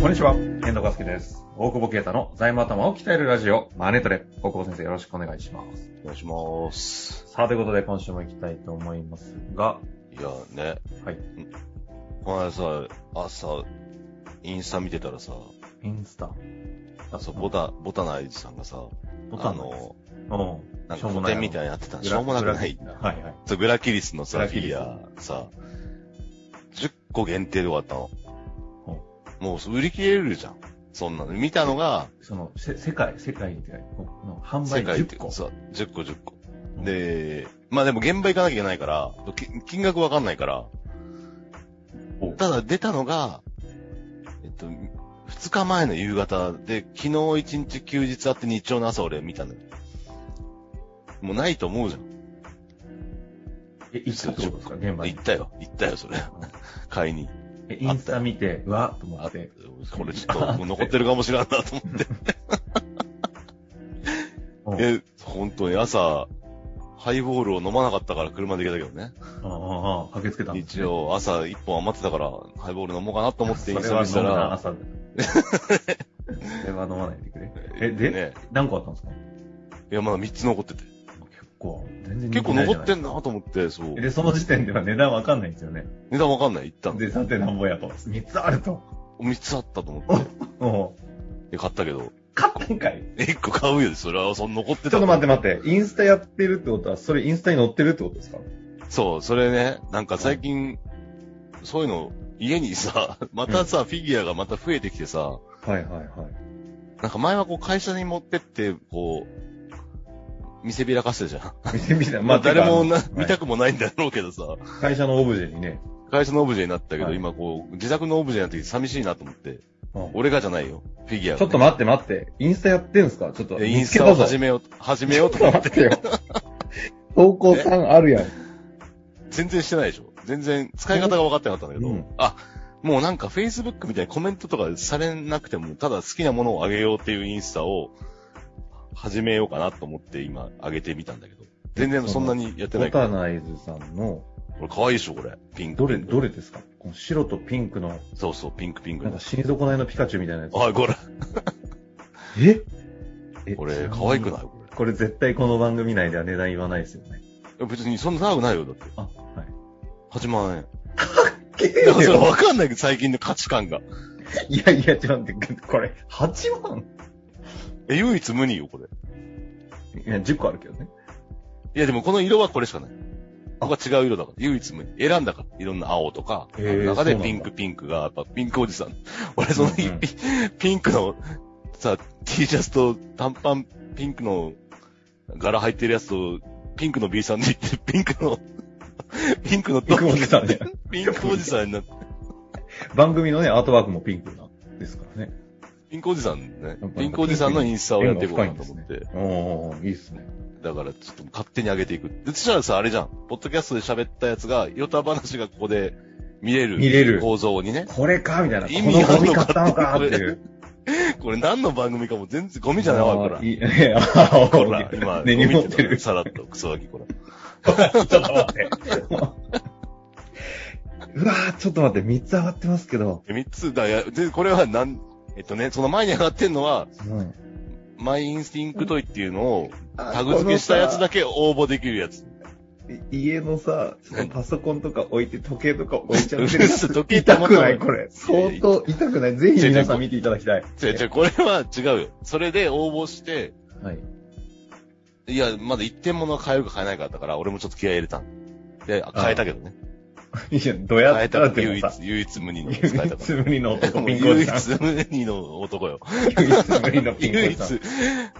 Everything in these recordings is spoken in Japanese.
こんにちは、遠藤和樹です。大久保啓太の財務頭を鍛えるラジオ、マネトレ。大久保先生よろしくお願いします。お願いします。さあ、ということで今週も行きたいと思いますが、いやね、はい。この間さ、朝、インスタ見てたらさ、インスタ。あそう、ボタ、ボタナイジさんがさ、ボタンあの、の、うん。なんか古典みたいなのやってたしょうもなくない。グラはいはい。そうグラキリスのグさ、ラフキィリギスュアさ、10個限定で終わったの。もう売り切れるじゃん。そんなの。見たのが、その、せ世界、世界っての販世売界って10個。そう、10個10個。で、まあでも現場行かなきゃいけないから、き金額わかんないから、おただ出たのが、えっと、2日前の夕方で、昨日1日休日あって日曜の朝俺見たのよ。もうないと思うじゃん。え、行ったってことですか現場行にっ。たよ。行ったよ、 それ。買いに。え、インスタ見て、うわっと思って。これちょっともう残ってるかもしれんなと思って。うんえ、本当に朝、ハイボールを飲まなかったから車で行けたけどね。ああ、ああ駆けつけたんです日ね。曜朝1本余ってたから、ハイボール飲もうかなと思ってインスタ見てそたれは飲むな、ら、朝 で。それは飲まないでくれ。え、で、ね、何個あったんですかいや、まだ3つ残ってて。結構、全然結構残ってんんなと思って、そう。で、その時点では値段わかんないんですよね。値段わかんない。行ったの。で、さてなんぼやと。3つあると。 3つあったと思って。おうで、買ったけど、買ったんかい1個買うよ。それは、その残ってた。ちょっと待って待って。インスタやってるってことは、それインスタに載ってるってことですかそう、それね、なんか最近、そういうの、家にさ、 またさ、フィギュアがまた増えてきてさ、はいはいはい。なんか前はこう会社に持ってって、こう、見せびらかしてたじゃん。見てみたい。まあ誰もなてか見たくもないんだろうけどさ、はい会社のオブジェにね。会社のオブジェになったけど、はい今こう、自宅のオブジェになって寂しいなと思って。うん俺がじゃないよ。フィギュアがね、ちょっと待って待って。インスタやってんすかちょっと。えイン見つスけタをたぞ。始めよう、始めようとちょっ思と待って。ってよ。投稿3あるやん。全然してないでしょ。全然、使い方が分かってなかったんだけど、うんあ、もうなんか Facebook みたいにコメントとかされなくても、ただ好きなものをあげようっていうインスタを始めようかなと思って今、上げてみたんだけど。全然そんなにやってボないけタど。ナイズさんの、これ可愛いでしょ、これ。ピンク。どれ、どれですかこの白とピンクの、そうそう、ピンクピンクなんのか。死に損ないのピカチュウみたいなやつ。あ、これ、ええ これ、可愛くないいここれ絶対この番組内では値段言わないですよね。れ。別にそんな高くないよ、だって。あ、はい。 8万円。けだ からそれわかんないけど、最近の価値観が。いやいや、ちょっと待って、これ、8万え、唯一無二よ、これ。いや、10個あるけどね。いや、でもこの色はこれしかない。他違う色だから、唯一無二。選んだから、いろんな青とか、へー中そうでなんだピンクピンクが、やっぱピンクおじさん。俺その日、うんうんピピンクの、さ、T シャツと短パン、ピンクの柄入ってるやつと、ピンクの B さんで行って、ピンクの、 ピンクのピンクおじさんねで、 ピンクおじさんになって、番組のね、アートワークもピンクな、ですからね。ピンクおじさんねぱり。ピンクおじさんのインスタをやっていこうかなと思って。おーおーおーいいっすね。だからちょっと勝手に上げていく。でそしたらさ、あれじゃん。ポッドキャストで喋ったやつが、ヨタ話がここで見れる。見れる構造にね。 これかみたいな。意味あこのゴんミの買かったのかっていう。これ何の番組かも全然ゴミじゃないわ、こらあー。いいいや、あーこら、今今、、根に持ってる。ちさらっと、クソガキ、こら。ょっと待って。 うわーちょっと待って、3つ上がってますけど。で三つ、だ、いや、で、これはなん、えっとね、その前に上がってんのは、うんマイインスティンクトイっていうのを、タグ付けしたやつだけ応募できるやつ。家のさ、そのパソコンとか置いて、時計とか置いちゃって うるるせえ。時計痛くないってこ持れ。相当痛くない。ぜひ皆さん見ていただきたい。違う違う、これは違うよ。それで応募して、はい。いや、まだ一点物は買えるか買えないかだったから、俺もちょっと気合い入れたの。で、あ変えたけどね。 いや、どうや変っえたたららって唯も一さ、、唯一 無二の唯使えた一か無二のら。男もうピンコ唯さん。一無二の男よ。唯一無二のピン唯コ一 さん。、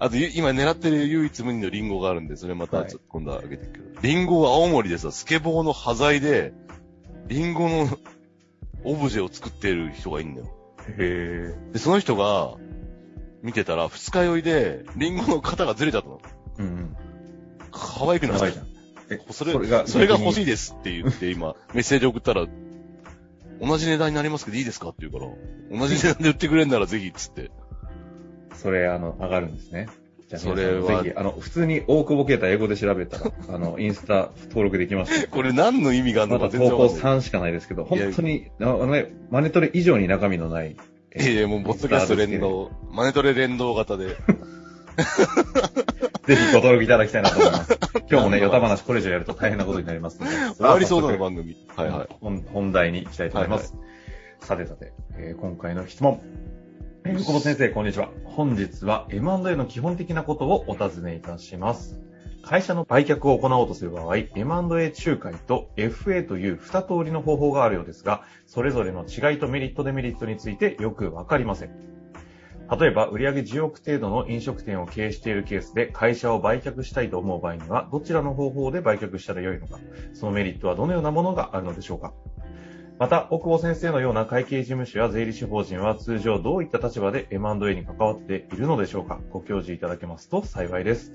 あとゆ今狙ってる唯一無二のリンゴがあるんで、それまたはいちょっと今度はあげていくけど。リンゴは青森でさ、スケボーの端材で、リンゴのオブジェを作ってる人がいるんだよ。へで、その人が、見てたら、二日酔いで、リンゴの型がずれちゃったの。ぇうん可愛くうん。やなっちばゃいっじたゃん。え、それがそれが欲い。しいですって言って今、メッセージ送ったら、同じ値段になりますけどいいですかって言うから、同じ値段で売ってくれるならぜひっつって。それ、あの、上がるんですね。じゃあ、それはぜひ、あの、普通に大久保啓太英語で調べたら、あの、インスタ登録できま した。これ何の意味があるまのだか投全然稿わかんない。 3しかないですけど、いや本当に、ああのね、マネトレ以上に中身のない、いやいや、もう、ポッドキャスト連 動、マネトレ連動型で。ぜひご登録いただきたいなと思い ます。今日もね、ヨタ話これ以上やると大変なことになりますので。終わりそうなでの番組。はいはい。本本題に行きたいと思います。さてさて、えー今回の質問。えー、小保先生、こんにちは。本日は M&A の基本的なことをお尋ねいたします。会社の売却を行おうとする場合、M&A 仲介と FA という二通りの方法があるようですが、それぞれの違いとメリット、デメリットについてよくわかりません。例えば、売上10億程度の飲食店を経営しているケースで、会社を売却したいと思う場合には、どちらの方法で売却したらよいのか、そのメリットはどのようなものがあるのでしょうか。また、大久保先生のような会計事務所や税理士法人は通常どういった立場で M&A に関わっているのでしょうかご教示いただけますと幸いです。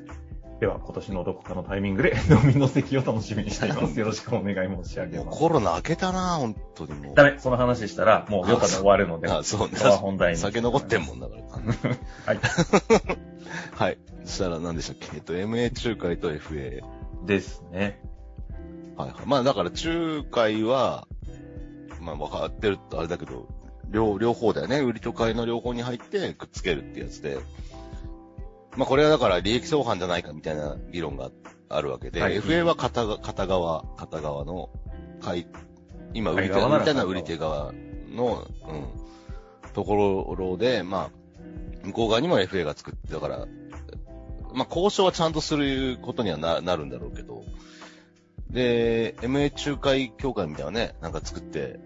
では、今年のどこかのタイミングで 飲みの席を楽しみにしています。よろしくお願い申し上げもうます。コロナ明けたな、本当にもう。ダメ、その話したらもうヨタで終わるので、あ、そうねここ。は本題に。。酒残ってんもんだから。はい はい。そしたら何でしたっけえっと、MA 仲介と FA。ですね。はいはい。まあだから仲介は、まあ分かってるとあれだけど、両、両方だよね。売りと買いの両方に入ってくっつけるってやつで。まあこれはだから利益相反じゃないかみたいな議論があるわけで、はい FA は片が片側、片側の買い、今売り手、買い側ならみたいな売り手側の、うん、ところで、まあ、向こう側にも FA が作って、だから、まあ交渉はちゃんとすることにはななるんだろうけど、で、MA 仲介協会みたいなね、なんか作って、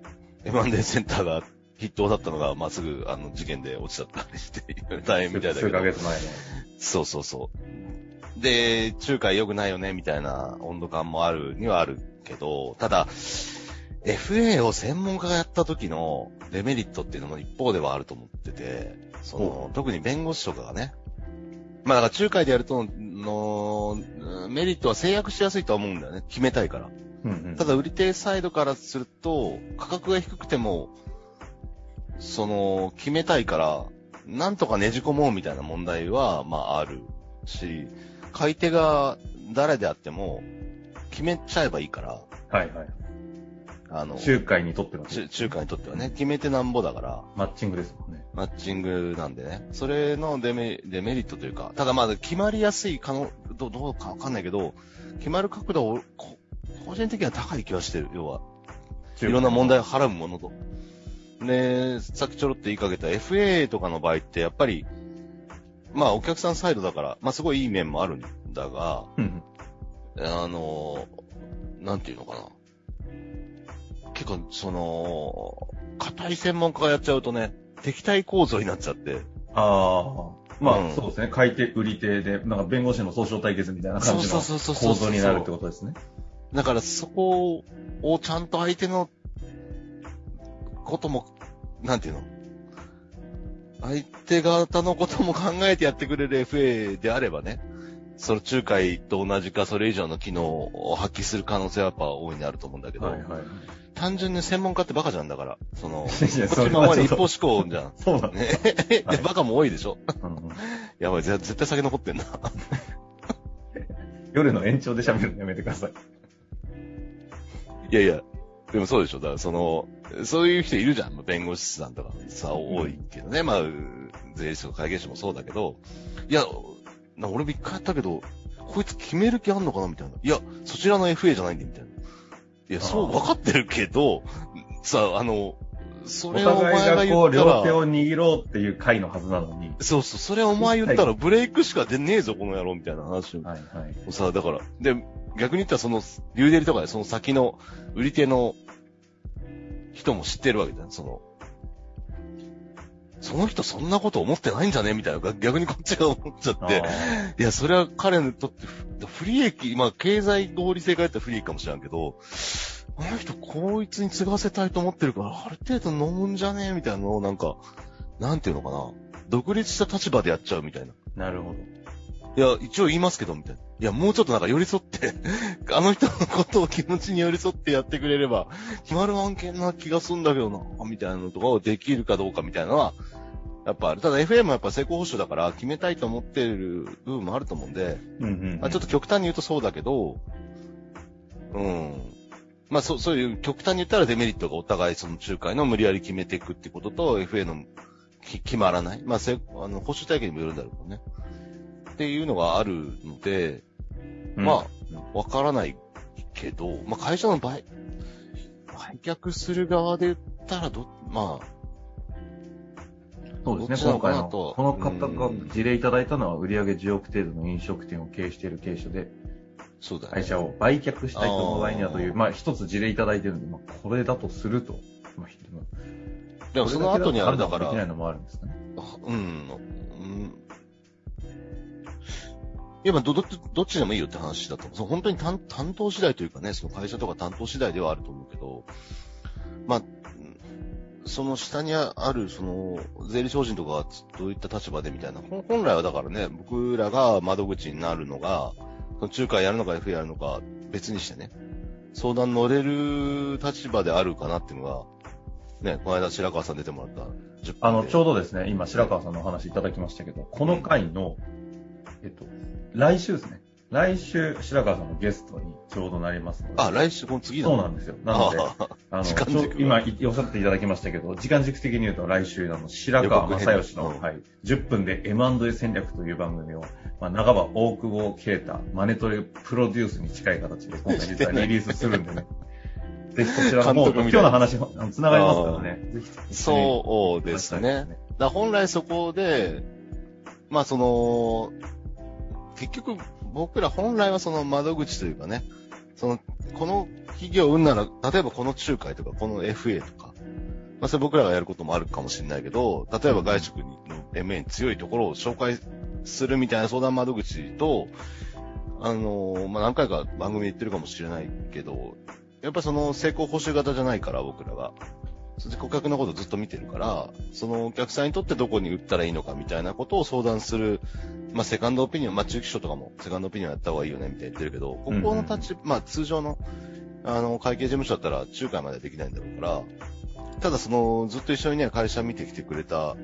M&A センターが筆頭だったのが、まあ、すぐ、あの、事件で落ちちゃったりして、 大変みたいだけ数どヶ。月前の。そうそうそう。で、仲介良くないよね、みたいな温度感もあるにはあるけど、ただ、FA を専門家がやった時のデメリットっていうのも一方ではあると思ってて、その、特に弁護士とかがね、まあだから仲介でやるとの、のメリットは制約しやすいとは思うんだよね。決めたいから。うんうん。ただ売り手サイドからすると、価格が低くても、その、決めたいから、なんとかねじ込もうみたいな問題は、まああるし、買い手が誰であっても、決めちゃえばいいから、はいはい。あの、仲介にとっての中中華にとってはね、決めてなんぼだから、マッチングですもんね。マッチングなんでね。それのデメデメリットというか、ただまあ決まりやすい可能、どどうかわかんないけど、決まる角度を、こ個人的には高い気はしてる、要は。いろんな問題をはらむものと。で、さっきちょろっと言いかけた FA とかの場合って、やっぱり、まあお客さんサイドだから、まあすごいいい面もあるんだが、うんうん。あの、なんていうのかな。結構、その、硬い専門家がやっちゃうとね、敵対構造になっちゃって、ああ。まあ、うんそうですね。買い手、売り手で、なんか弁護士の訴訟対決みたいな感じのそうそうそうそうそ構造うになるってことですね。だからそこをちゃんと相手のことも、なんていうの相手方のことも考えてやってくれる FA であればね、その仲介と同じかそれ以上の機能を発揮する可能性はやっぱ大いにあると思うんだけど、はいはい。単純に専門家ってバカじゃんだから、その、こいやいやっちそれのはままちょでっ一と方思考 じゃん。そうなんだ。ね、ではいバカも多いでしょうんうんやばい、ぜ絶対酒残ってんな。夜の延長で喋るのやめてください。いやいや、でもそうでしょ。だからその、そういう人いるじゃん。まあ弁護士さんとかさ、多いけどね。まあ、税理士とか会計士もそうだけど、いや、な俺も一回やったけど、こいつ決める気あんのかなみたいな。いや、そちらの FA じゃないんで、みたいな。いや、そうあー分かってるけど、さ、あの、そおれをお前互いががこ言う、った両手ら、を握ろうっていう回のはずなのに。そうそう、それお前言ったらブレイクしか出ねえぞ、この野郎、みたいな話をはいはい。さ、だから、で、逆に言ったらその、リューデリとかでその先の売り手の人も知ってるわけじゃん、その。その人そんなこと思ってないんじゃねみたいな、逆にこっちが思っちあゃっあて。いや、それは彼にとって不、不利益、まあ、経済合理性がやったら不利益かもしれんけど、あの人、こいつに継がせたいと思ってるから、ある程度飲むんじゃねみたいなのを、なんか、なんていうのかな。独立した立場でやっちゃうみたいな。なるほど。いや、一応言いますけど、みたいな。いや、もうちょっとなんか寄り添って、 あの人のことを気持ちに寄り添ってやってくれれば、決まる案件な気がするんだけどな、みたいなのとかをできるかどうかみたいなのは、やっぱある。ただ FM はやっぱ成功報酬だから、決めたいと思ってる部分もあると思うんで、うんうん。まあ、ちょっと極端に言うとそうだけど、うん。まあ、そう、そういう極端に言ったらデメリットがお互いその仲介の無理やり決めていくってことと、FA のき決まらない。まあ、せあの、保守体系にもよるんだろうけどね。っていうのがあるので、まあ、わからないけど、まあ、会社の売、売却する側で言ったら、ど、まあ、そうですね、どっちな今のか回なの、とこの方がうん事例いただいたのは、売上10億程度の飲食店を経営している経営者で、そうだね。会社を売却したいと思う場合にはという、あーまあ、一つ事例いただいてるので、まあ、これだとすると。まあ、ひでもその後にあれだかでらき、ないのもあるんですかね。うん。うん。いや、まあ、ど、どっち、どっちでもいいよって話だと思う。その本当に担担当次第というかね、その会社とか担当次第ではあると思うけど、まあ、うんその下にある、その、税理商人とかはどういった立場でみたいな。ほん本来はだからね、僕らが窓口になるのが、その仲介やるのか FA やるのか別にしてね、相談乗れる立場であるかなっていうのが、ね、この間白川さん出てもらった10分あの、でちょうどですね、今、白川さんのお話いただきましたけど、この回の、えっと、来週ですね。来週、白川さんのゲストにちょうどなりますので。あ、来週、この次だそうなんですよ。なので、あああの、時間軸がちょ今いおっしゃっていただきましたけど、時間軸的に言うと来週の白川正義予の、告編はい、10分で M&A 戦略という番組を、まあ、長場大久保啓太、マネトレプロデュースに近い形で今回実はリリースするんでね。 ぜひこちらのもう監督今日みたのいな話もあの繋がりますからね。ぜひそううですね。。だから本来そこで、まあその、結局僕ら本来はその窓口というかね、その、この企業を生んなら、例えばこの仲介とか、この FA とか、まあそれ僕らがやることもあるかもしれないけど、例えば外食の MA に強いところを紹介するみたいな相談窓口と、あの、まあ何回か番組で言ってるかもしれないけど、やっぱその成功報酬型じゃないから、僕らが。そして顧客のことをずっと見てるから、そのお客さんにとってどこに売ったらいいのかみたいなことを相談する、まあ、セカンドオピニオン、まあ、中期賞とかもセカンドオピニオンやった方がいいよねみたいに言ってるけど、ここの立ち、まあ、通常の、あの、会計事務所だったら仲介まではできないんだろうから、ただその、ずっと一緒にね、会社見てきてくれた、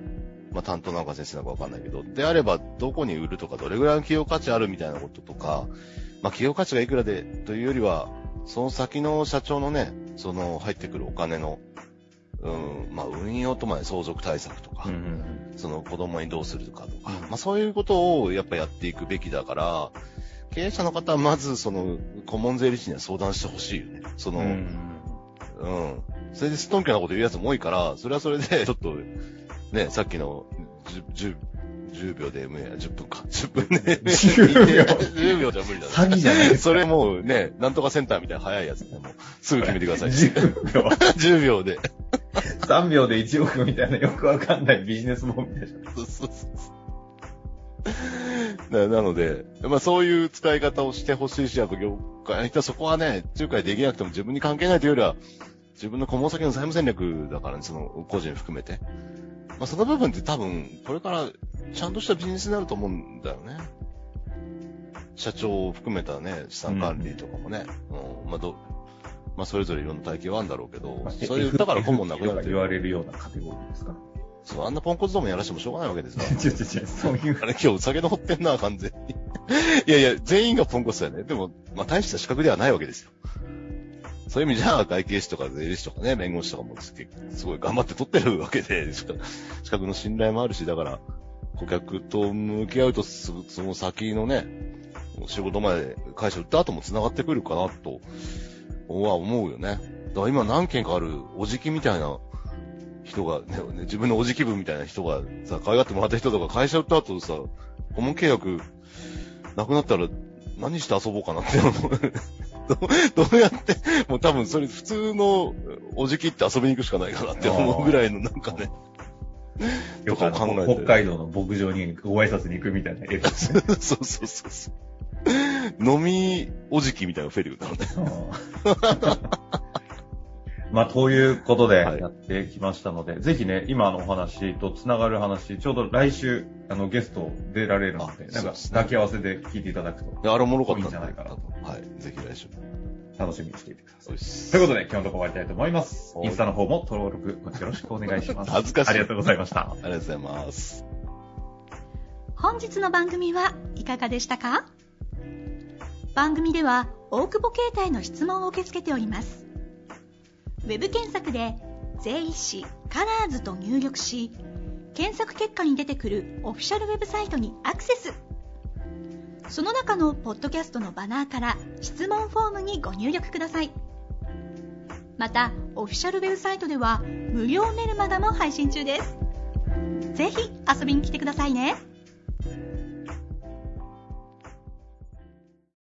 まあ、担当なのか先生なのかわかんないけど、であれば、どこに売るとか、どれぐらいの企業価値あるみたいなこととか、まあ、企業価値がいくらで、というよりは、その先の社長のね、その、入ってくるお金の、うん、まあ、運用とまで相続対策とか、うんうんその子供にどうするかとかうん、まあそういうことをやっぱやっていくべきだから、経営者の方はまずその顧問税理士には相談してほしいよね。その、ううん。うんんそれでストンキョなこと言うやつも多いから、それはそれで ちょっと、ね、さっきの10、10 10秒で MA、10分か。10分で MA。 10秒10秒じゃ無理だね。詐欺じゃないですか。それもうね、なんとかセンターみたいな早いやつね。もうすぐ決めてください。 10秒。 10秒で。 3秒で1億みたいなよくわかんないビジネスモンみたいな。そうそうそう そう。ななので、まあそういう使い方をしてほしいし、やっぱ業界の人はそこはね、仲介できなくても自分に関係ないというよりは、自分の顧問先の財務戦略だからね、その個人含めて。まあその部分って多分、これからちゃんとしたビジネスになると思うんだよね。社長を含めたね、資産管理とかもね。うん。まあど、まあそれぞれいろんな体系はあるんだろうけど、そういう、だから顧問なくなるとい言うわれるようなカテゴリーですかそう、あんなポンコツどもやらしてもしょうがないわけですよ。違う違う違う、そういうあれ今日酒残ってんな、完全に。 いやいや、全員がポンコツだよね。でも、まあ大した資格ではないわけですよ。そういう意味じゃ、外形士とか税理士とかね、弁護士とかもすすごい頑張って取ってるわけで、しか資格の信頼もあるし、だから、顧客と向き合うと、すその先のね、仕事まで会社売った後も繋がってくるかな、とは思うよね。だから今何件かある、おじきみたいな人が、ね、自分のおじき分みたいな人がさ、可愛がってもらった人とか会社売った後さ、顧問契約なくなったら何して遊ぼうか なって思う。どどうやって、もう多分それ普通のおじきって遊びに行くしかないかなって思うぐらいのなんかね、よくあとか考のえて北海道の牧場にご挨拶に行くみ たいな絵ですね。そうそうそうそう。飲みおじきみたいなの増えてくるだろうね。 まあ、ということではいやってきましたので、ぜひね、今のお話とつながる話、ちょうど来週、あの、ゲスト出られるので、あなんそうかですね抱き合わせで聞いていただくとであれおもろかったいいんじゃないかなとはい。ぜひ来週。楽しみにしていてくださそうですい。ということで、今日のところ終わりたいと思います。はいインスタの方も登録、こっちよろしくお願いします。 恥ずかしいありがとうございましたあ。りがとうございます。本日の番組はいかがでしたか番組では大久保携帯の質問を受け付けておりますウェブ検索で「税理士カラーズと入力し検索結果に出てくるオフィシャルウェブサイトにアクセスその中のポッドキャストのバナーから質問フォームにご入力くださいまたオフィシャルウェブサイトでは無料メルマガも配信中ですぜひ遊びに来てくださいね